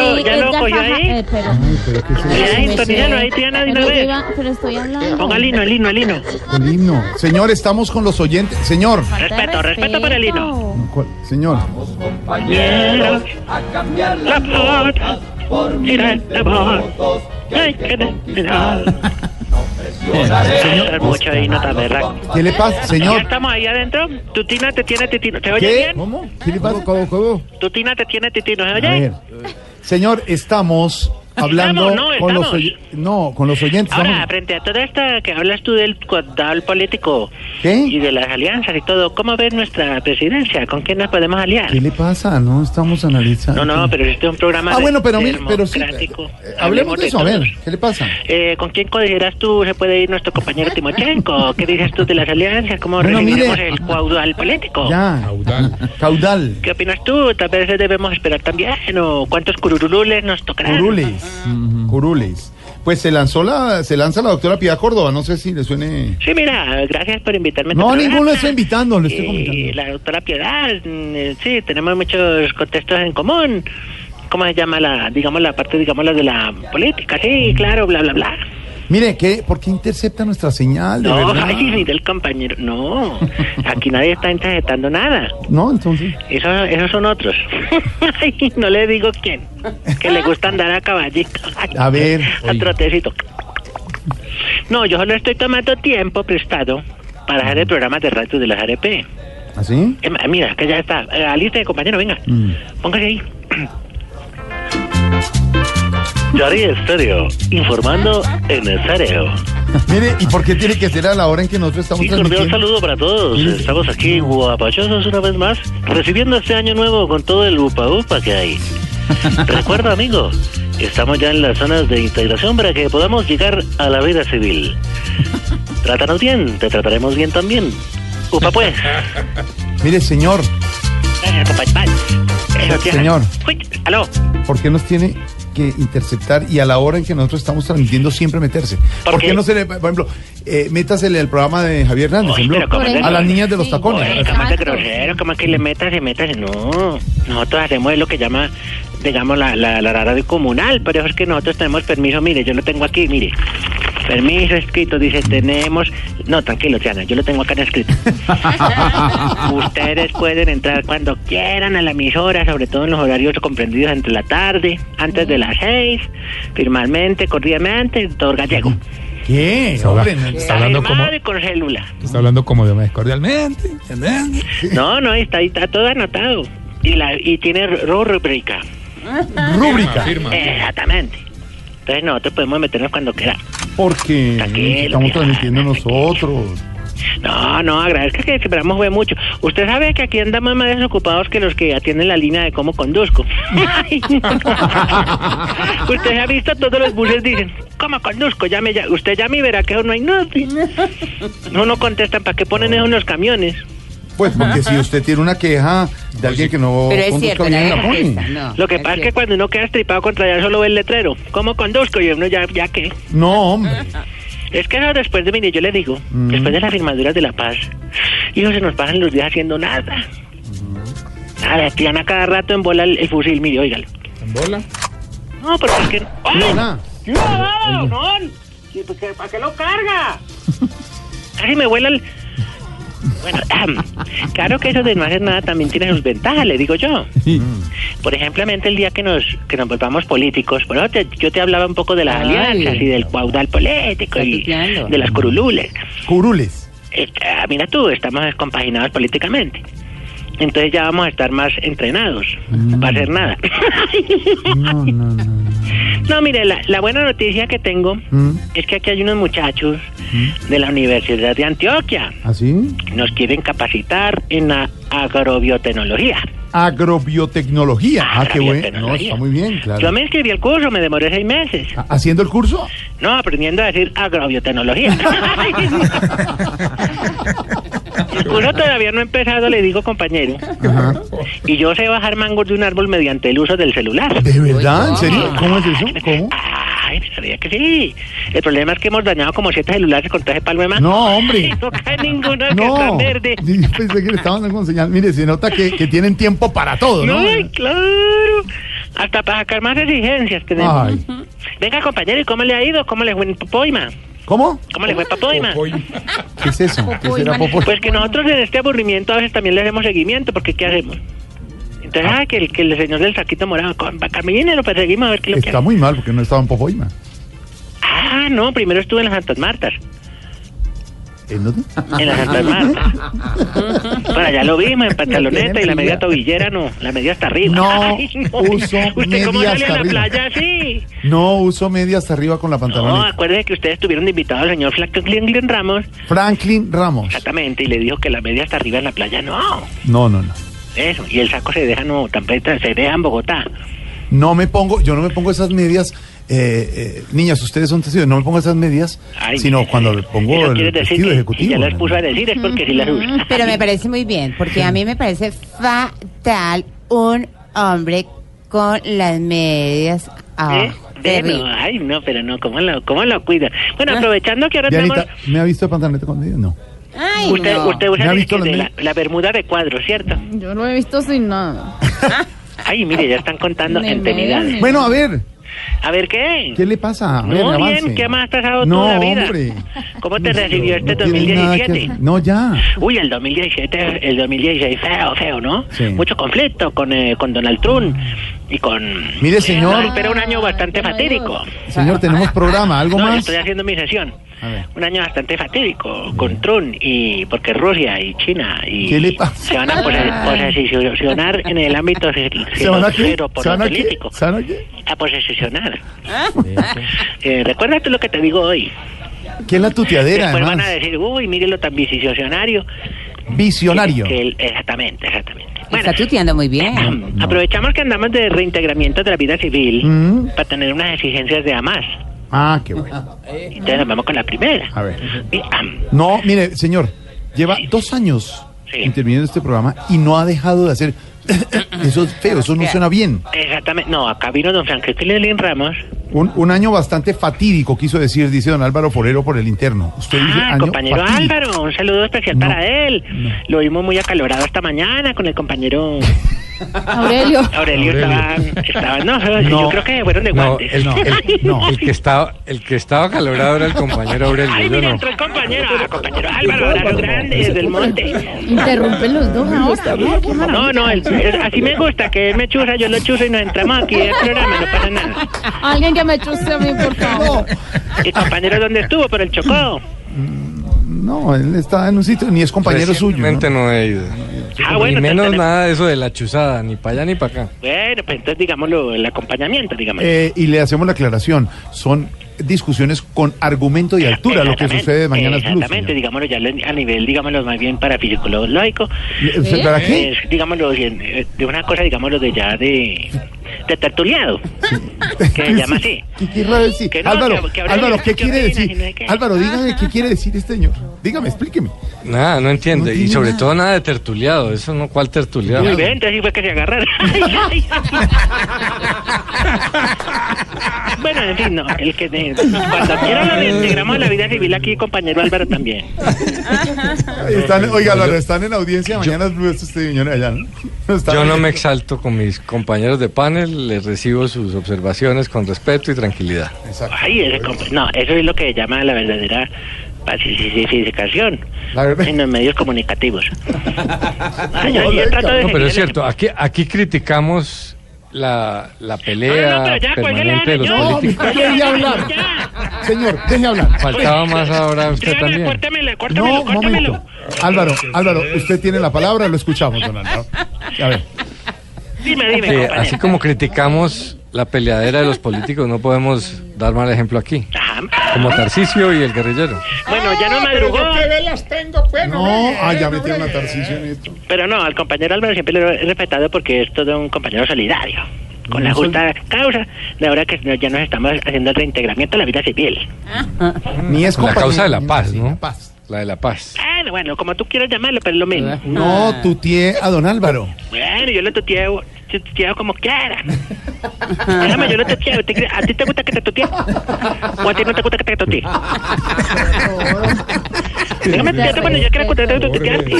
Oh, ya es lo la cogió faja- ahí. eh, pero, Ay, pero es que es Ya, Ay, me entornillalo, sé. ahí tiene de una pero, yo vez. iba- pero estoy hablando. Ponga el himno, el himno, el himno. el himno. Señor, estamos con los oyentes. Señor, Falta de Respeto, respeto para el himno. ¿cuál? señor. Quiero a cambiar la foto por miles de votos que hay que destinar. Señor, mucho ahí no tan berraco. ¿Qué le pasa, Ya señor? estamos ahí adentro. Tutina te tiene titino. ¿Te oye ¿Qué? bien? ¿Cómo? ¿Qué le pasa? ¿Cómo, cómo? Tutina te tiene titino. ¿Se A oye? ver. Señor, estamos hablando no, con los estamos. oy- no, con los oyentes. Ahora, Vamos- frente a toda esta que hablas tú del cuadral político ¿Qué? y de las alianzas y todo, ¿cómo ves nuestra presidencia? ¿Con quién nos podemos aliar? ¿Qué le pasa? No estamos analizando. No, no, pero este es un programa Ah, bueno, pero, mire, mire, pero sí. eh, Hablemos de eso, a ver. ¿Qué le pasa? Eh, ¿Con quién consideras tú se puede ir nuestro compañero Timochenko? ¿Qué dices tú de las alianzas? ¿Cómo Bueno, realizamos mire. el caudal político? Ya. Caudal. Caudal. ¿Qué opinas tú? Tal vez debemos esperar también. ¿O cuántos cururules nos tocarán? Curules. Curules. Pues se lanzó la, se lanza la doctora Piedad Córdoba, no sé si le suene. Sí, mira, gracias por invitarme. a tu No, programa. ninguno lo estoy invitando, lo estoy Eh, comentando. La doctora Piedad, mm, eh, sí, tenemos muchos contextos en común. ¿Cómo se llama la, digamos, la parte, digamos, la de la política? Sí, claro, bla, bla, bla. Mire, ¿qué, ¿por qué intercepta nuestra señal? De No, verdad? ay, del compañero. No, aquí nadie está interceptando nada. No, entonces. Eso, esos son otros. Ay, no le digo quién. Que le gusta andar a caballito. Ay, A ver, A oiga. trotecito. No, yo solo estoy tomando tiempo prestado para hacer el programa de radio de las ARP. Eh, ¿Así? ma- mira, que ya está. Eh, Aliste, compañero, venga. Mm. Póngase ahí. Yari Estéreo, informando en estéreo. Mire, ¿y por qué tiene que ser a la hora en que nosotros estamos Un cordial transmitiendo? saludo para todos. Estamos aquí guapachosos una vez más, recibiendo este año nuevo con todo el upa upa que hay. Recuerda, amigo, que estamos ya en las zonas de integración para que podamos llegar a la vida civil. Trátanos bien, te trataremos bien también. Upa pues. Mire, señor, Eso, tía. Señor. Uy, aló. ¿por qué nos tiene que interceptar y a la hora en que nosotros estamos transmitiendo siempre meterse? ¿Por, ¿Por qué? qué? no se le, por ejemplo, eh, métasele al programa de Javier Hernández, Ay, en blog, pero ¿cómo a le- las niñas de los Sí. tacones. Oye, Exacto. ¿cómo es de grosero? ¿Cómo es que le metas y metas? No, nosotros hacemos lo que llama, digamos, la, la, la radio comunal, pero eso es que nosotros tenemos permiso, mire, yo lo tengo aquí, mire. Permiso escrito, dice, tenemos... No, tranquilo, Tiana, yo lo tengo acá en escrito. Ustedes pueden entrar cuando quieran a la emisora, sobre todo en los horarios comprendidos entre la tarde, antes de las seis, firmalmente, cordialmente, todo gallego. ¿Qué? Hombre, no- Está hablando Firmado como- y con célula. Está hablando como de más cordialmente. ¿entendés? No, no, está, está todo anotado. Y, la, y tiene ru- rúbrica. Rúbrica. Firma, firma. Exactamente. Entonces nosotros podemos meternos cuando quiera. Porque Tranquilo, estamos mira. transmitiendo nosotros. No, no, agradezca que esperamos ver mucho. Usted sabe que aquí andamos más desocupados que los que atienden la línea de cómo conduzco. Ay, no. Usted ha visto todos los buses dicen, ¿cómo conduzco? Llame ya. Usted llame y verá que no hay nada. No, no contestan. ¿Para qué ponen eso en los camiones? Pues porque si usted tiene una queja de alguien que no Pero es conduzca cierto, bien, la la contesta, pone. no, Lo que pasa es que cierto. cuando uno queda estripado contra allá solo ve el letrero. ¿Cómo conduzco? Y uno ya, ya qué. No, hombre. Es que ahora después de, mire, yo le digo, Mm. después de las firmaduras de la paz, hijo, se nos pasan los días haciendo nada. Nada, tiran a cada rato en bola el, el fusil, mire, óigalo. ¿En bola? No, pero es que... ¡Ay! No, nada. ¡No, no! Sí, pues, ¿qué- ¿Para qué lo carga? Casi me vuela el... Bueno, claro que eso de no hacer nada también tiene sus ventajas, le digo yo. Por ejemplo, el día que nos que nos volvamos políticos, por eso te- yo te hablaba un poco de las Ay. alianzas y del caudal político Está y tuteando. de las cururules. Curules. Eh, ah, mira tú, estamos descompaginados políticamente. Entonces ya vamos a estar más entrenados Mm. para hacer nada. No, no, no. no, mire, la, la buena noticia que tengo Mm. es que aquí hay unos muchachos de la Universidad ¿Ah, de Antioquia. ¿Así? Nos quieren capacitar en la agrobiotecnología. agrobiotecnología. Ah, qué bueno. No, Agrobiotecnología. está muy bien, Yo claro. me inscribí al curso, me demoré seis meses. Ha- ¿Haciendo el curso? No, aprendiendo a decir agrobiotecnología. El curso todavía no ha empezado, le digo, compañero. Ajá. Y yo sé bajar mangos de un árbol mediante el uso del celular. ¿De verdad? ¿En serio? ¿Cómo es eso? ¿Cómo? Ay, sabía que sí. El problema es que hemos dañado como siete celulares con todo ese palmo de mano. No, hombre. No cae ninguno que está No, verde. yo pensé que le estaban dando como señal. Mire, se nota que, que tienen tiempo para todo, ¿no? Ay, claro. Hasta para sacar más exigencias tenemos. Ay. Venga, compañero, ¿y cómo le ha ido? ¿Cómo le fue en Popoima? ¿Cómo? ¿Cómo le fue en Popoima? ¿Qué es eso? ¿Qué será Popo? Pues que nosotros en este aburrimiento a veces también le hacemos seguimiento, porque ¿qué hacemos? Entonces, ah, que, el, que el señor del saquito morado, con Camillín, lo perseguimos a ver qué es lo que Está hace. muy mal porque no estaba en Popoima. Ah, no, primero estuve en las Santas Martas. ¿En dónde? En las Santas Martas. Para allá lo vimos, en pantaloneta y la media tobillera, no, la media hasta arriba. No uso ¿Usted cómo media sale hasta a la arriba. playa así? No uso media hasta arriba con la No, pantaloneta. acuérdense que ustedes tuvieron de invitado al señor Franklin Ramos, Franklin Ramos. exactamente, y le dijo que la media hasta arriba en la playa no. No, no, no. Eso, y el saco se deja, no, tampoco se deja en Bogotá. No me pongo, yo no me pongo esas medias, eh, eh, niñas, ustedes son testigos, no me pongo esas medias, Ay, eh, sino cuando le pongo eso el quiere decir vestido que ejecutivo. Si ya las puso a decir es porque sí las usa. Mm, Pero me parece muy bien, porque a mí me parece fatal un hombre con las medias ¿Eh? abajo. Bueno, Terrible. ay, no, pero no, ¿cómo lo, cómo lo cuida? Ah. Bueno, aprovechando que ahora tenemos... Dianita, ¿me ha visto pantaloneta con medias? No. Ay, Usted, no. usted ¿Me usa ha de- visto las de la, medias? la bermuda de cuadro, ¿cierto? Yo lo he visto sin nada. Ay, mire, ya están contando Ni me intimidades. Bueno, a ver, A ver, ¿qué? ¿qué le pasa? A No, ver, bien, avance. ¿qué más te has dado no, tú en la vida? hombre. ¿Cómo te recibió este No tiene nada que 2017? hacer. No, ya. Uy, el 2017, el 2016, feo, feo, ¿no? Sí. Mucho conflicto con, eh, con Donald Trump y con... Mire, señor. Ay, Pero un año bastante Ay, fatídico. Señor, tenemos programa, ¿algo Ah, No, yo más? estoy haciendo mi sesión. A ver. Un año bastante fatídico con Trump y porque Rusia y China y ¿Qué le pasa? se van a pose- posesionar en el ámbito se- ¿Se van a qué? cero por ¿Se van a qué? político. ¿Se van a qué? A posesionar. Eh, recuérdate lo que te digo hoy. ¿Qué es la tuteadera, Después van a además? decir, uy, mírelo tan visionario. Visionario. Que él- exactamente, exactamente. Bueno, Está tuteando muy bien. Mm, Aprovechamos que andamos de reintegramiento de la vida civil Mm. para tener unas exigencias de AMAS. Ah, qué bueno. Entonces nos vamos con la primera. A ver. Y, am, No, mire, señor, lleva dos años Sí. interviniendo este programa y no ha dejado de hacer. eso es feo, eso no suena bien. exactamente. No, acá vino don Francisco Lelín Ramos. Un, un año bastante fatídico, quiso decir, dice don Álvaro Forero por el interno. Usted dice Ah, año compañero fatídico. Álvaro, un saludo especial No, para él. Lo vimos muy acalorado esta mañana con el compañero Aurelio. Aurelio. Estaban, estaban- no, yo No, creo que fueron de No, guantes. el, No, el- no. el que estaba, el que estaba calorado era el compañero Ay, Aurelio. yo mira, no. entró el compañero, ah, compañero Álvaro, abrazo grande desde el monte. Interrumpen los dos ahora. ¿no? Qué maravilla. No, no, el- el- así me gusta, que él me chusa, yo lo chuso y nos entramos aquí en el programa, no pasa nada. Alguien que me chuse a mí, por favor. ¿Y compañero dónde estuvo? Por el Chocó. No, él está en un sitio, ni es compañero suyo. ¿no? Recientemente no he ido. Ah, bueno, ni entonces menos tenemos- nada de eso de la chuzada, ni para allá ni para acá. Bueno, pues entonces digámoslo, el acompañamiento, digamos. Eh, y le hacemos la aclaración, son discusiones con argumento y altura lo que Exactamente, sucede mañana es Eh, blues. Exactamente, digámoslo ya le- a nivel, digámoslo más bien para lógico. señor. Eh, ¿Para qué? Es, digámoslo, bien, eh, de una cosa, digámoslo, de ya de, de tertuliado, que se llama así. ¿Qué quiere decir? Que no, Álvaro, que- que ahora Álvaro, digan ¿qué qué quiere opinan y decir? no sé qué. Álvaro, dígame qué quiere decir este señor. Dígame, explíqueme. Nada, no entiende. No y tiene sobre nada. todo nada de tertuliado. Eso no, ¿cuál tertuliado? Muy bien, entonces sí fue que se agarraron. bueno, en fin, no, el que de- cuando quiera lo integramos a la vida civil aquí, compañero Álvaro también. Están, oiga, Álvaro, están en audiencia mañana es blues este señor allá, ¿no? Está Yo no bien. me exalto con mis compañeros de panel, les recibo sus observaciones con respeto y tranquilidad. Exacto. Ay, ese compa- no, eso es lo que se llama la verdadera pacificación La verdad- en los medios comunicativos. Ay, yo No, sí venga, trato de no, No, pero seguir es el cierto, aquí, aquí criticamos la, la Ah, no, pelea pero ya, permanente de cuélguele los a la pues, No, políticos. mira, quería hablar. Ya. Señor, deje hablar. Faltaba Pues, más ahora usted Triana, también. córtamelo, córtamelo, No, córtamelo. momento. Álvaro, Álvaro, usted tiene la palabra, lo escuchamos, don Álvaro. A ver. Dime, dime, Sí, compañero. así como criticamos la peleadera de los políticos, no podemos dar mal ejemplo aquí. Ah, Como Tarcisio y el guerrillero. Bueno, ya no Ah, pero madrugó. yo qué velas tengo, pues. No, me- ah, ya no metieron me- a Tarcisio en esto. Pero no, al compañero Álvaro siempre lo he respetado porque es todo un compañero solidario. Con Un la justa causa de ahora que no- ya nos estamos haciendo el reintegramiento a la vida civil. Ni es La compañero, causa de la ni paz, nada, sí, ¿no? la paz. La de la paz. Bueno, bueno, como tú quieras llamarlo, pero es lo mismo. No, tu tía a don Álvaro. Bueno, yo lo tuteo, yo tuteo como quiera. Déjame, yo lo tuteo. ¿Te cre- ¿A ti te gusta que te tutee? ¿O a ti no te gusta que te tutee? Déjame tutearte cuando yo quiera cuando te tutearte.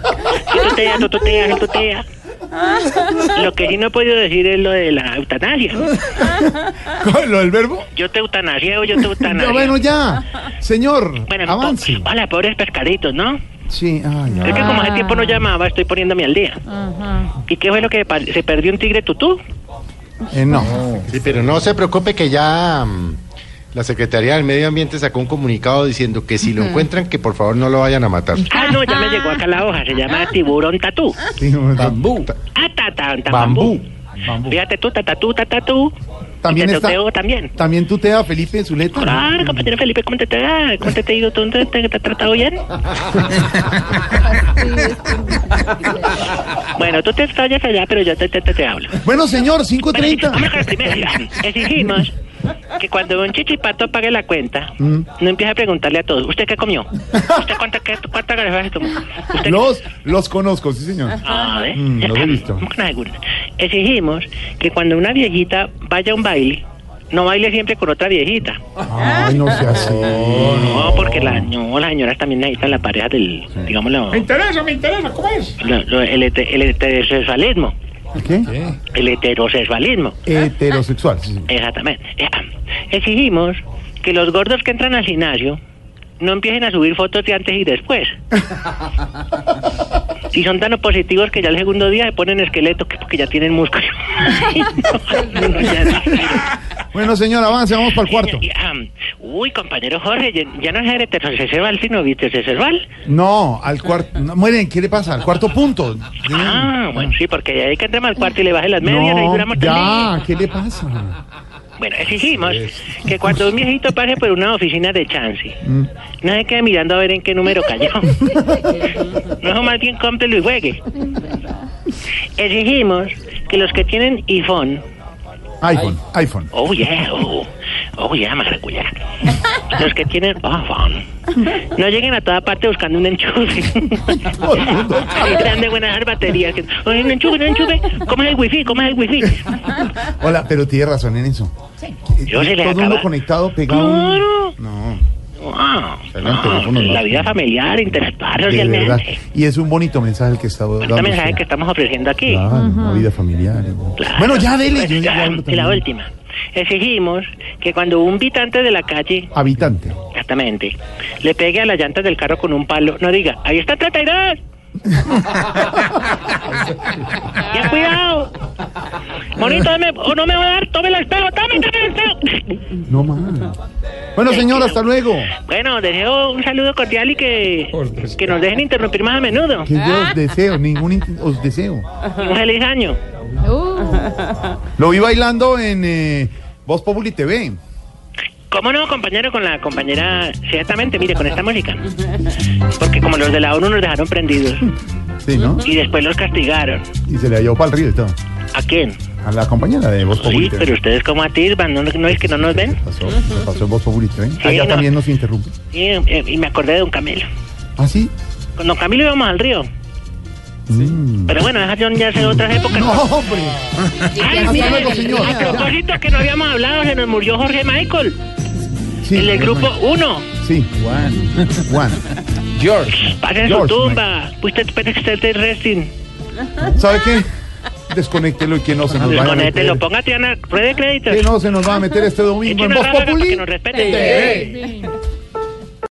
Tú tuteas, tú tuteas, tú tuteas. Lo que sí no he podido decir es lo de la eutanasia. ¿Con lo del verbo? Yo te eutanasio, yo Ah, te Ya, eutanasio. bueno, ya. Señor, Bueno, avance. po- hola, pobres pescaditos, ¿no? Sí, ay, no. Es que como hace tiempo no llamaba, estoy poniéndome al día. ¿Y qué fue lo que pa- se perdió un tigre tutú? Eh, no. Sí, pero no se preocupe que ya mm, la Secretaría del Medio Ambiente sacó un comunicado diciendo que si lo encuentran, que por favor no lo vayan a matar. Ah, no, ya me llegó acá la hoja, se llama tiburón tatú. Sí, no, Bambú. Ah, ta, ta, ta, Bambú. bambú. Fíjate tú, ta, ta, tú, ta, ta, tú. También Y te está- tuteo también. También tutea a Felipe Zuleta. Claro, compañero Felipe, ¿cómo te, te, va? ¿Cómo te, te ha ido? ¿Tú te, te, te has tratado bien? Bueno, tú te estallas allá, pero yo te, te, te, te hablo. Bueno, señor, Bueno, vamos 5.30. con la primera. Exigimos que cuando un chichipato pague la cuenta, Mm. no empiece a preguntarle a todos, ¿usted qué comió? ¿Usted cuánta, qué, cuánta garrafa se tomó? ¿Usted Ah, Los, los conozco, sí, señor. A ver. Mm, lo he visto. Vamos con la segunda. Exigimos que cuando una viejita vaya a un baile, no baile siempre con otra viejita. Ay, no sea así. No, porque la, no, las señoras también necesitan la pareja del, digamos, la- Me interesa, me interesa, ¿cómo es? la- lo- el, hete- el heterosexualismo. ¿Qué? El heterosexualismo. Heterosexual. sí, señor. Exactamente. Eh, Exigimos que los gordos que entran al gimnasio no empiecen a subir fotos de antes y después. Si son tan opositivos que ya el segundo día se ponen esqueleto que porque ya tienen músculo. Ay, no, no, no, ya no. Bueno, señor, avance, vamos para el cuarto. Y, ah, uy, compañero Jorge, ya, ya no es heterosexual, sino bisexual. No, al cuarto. No, mueren, ¿qué le pasa? Al cuarto punto. Ah, bueno, sí, porque ya hay que entrar al cuarto y le baje las medias y ahí No, duramos ya, también. ¿qué le pasa? Bueno, exigimos que cuando un viejito pase por una oficina de chance, Mm. no se quede mirando a ver en qué número cayó. no, más bien cómprelo y juegue. Exigimos que los que tienen iPhone, iPhone, iPhone. oh yeah, oh, oh yeah, maracuyá, los que tienen iPhone, no lleguen a toda parte buscando un enchufe. Todo el mundo Hay grandes buenas baterías. que, "Oye, un enchufe, un enchufe, ¿cómo es el wifi? ¿Cómo es el wifi? Hola, pero tiene razón en eso. Eh, Yo se le Todo el mundo acaba- conectado, pegado. Claro. No, Wow, Ah, Salen teléfonos la pues, más- vida familiar, interactuar de verdad. socialmente. Y es un bonito mensaje el que está dando. Este mensaje usted. que estamos ofreciendo aquí. Claro, una vida familiar. Claro. Bueno, ya dele. Pues yo ya ya, y hablo la también. última. Exigimos que cuando un vitante de la calle, Habitante. exactamente, le pegue a las llantas del carro con un palo, no diga, ahí está el traidor. ya cuidado. Monito, dame, o no me va a dar, tome el espejo, tome, tome el espejo. No más. Bueno, señor, hasta luego. Bueno, deseo un saludo cordial y que, que nos dejen interrumpir más a menudo. Que yo os deseo, ningún int- os deseo. Un feliz año. Lo vi bailando en eh, Voz Populi TV. ¿Cómo no, compañero? Con la compañera, ciertamente, mire, con esta música. Porque como los de la ONU nos dejaron prendidos Sí, ¿no? y después los castigaron. Y se le llevó para el río y todo. ¿A quién? A la compañera de Voz Populi Sí, TV. pero ustedes como atisban, ¿no, no es que no nos ven? Pasó, lo pasó en Voz Populi TV. Sí, Allá no. también nos interrumpe. Sí, eh, y me acordé de Don Camilo. ¿Ah, sí? Con Don Camilo íbamos al río. Mm. Pero bueno, esas son ya de otras épocas. No, hombre. Ay, Hasta mire, luego, señor. A propósito que no habíamos hablado, se nos murió Jorge Michael, Sí, el del grupo 1. Sí. Juan. Juan. George. Pasen su George tumba. Usted pues, puede que esté resting. ¿Sabe qué? Desconéctelo y que no se nos vaya a meter. Desconételo, póngate a una rueda de créditos. Que no se nos va a meter este domingo Eche en una Voz ráfaga para que Populi. Eh, nos respeten. TV.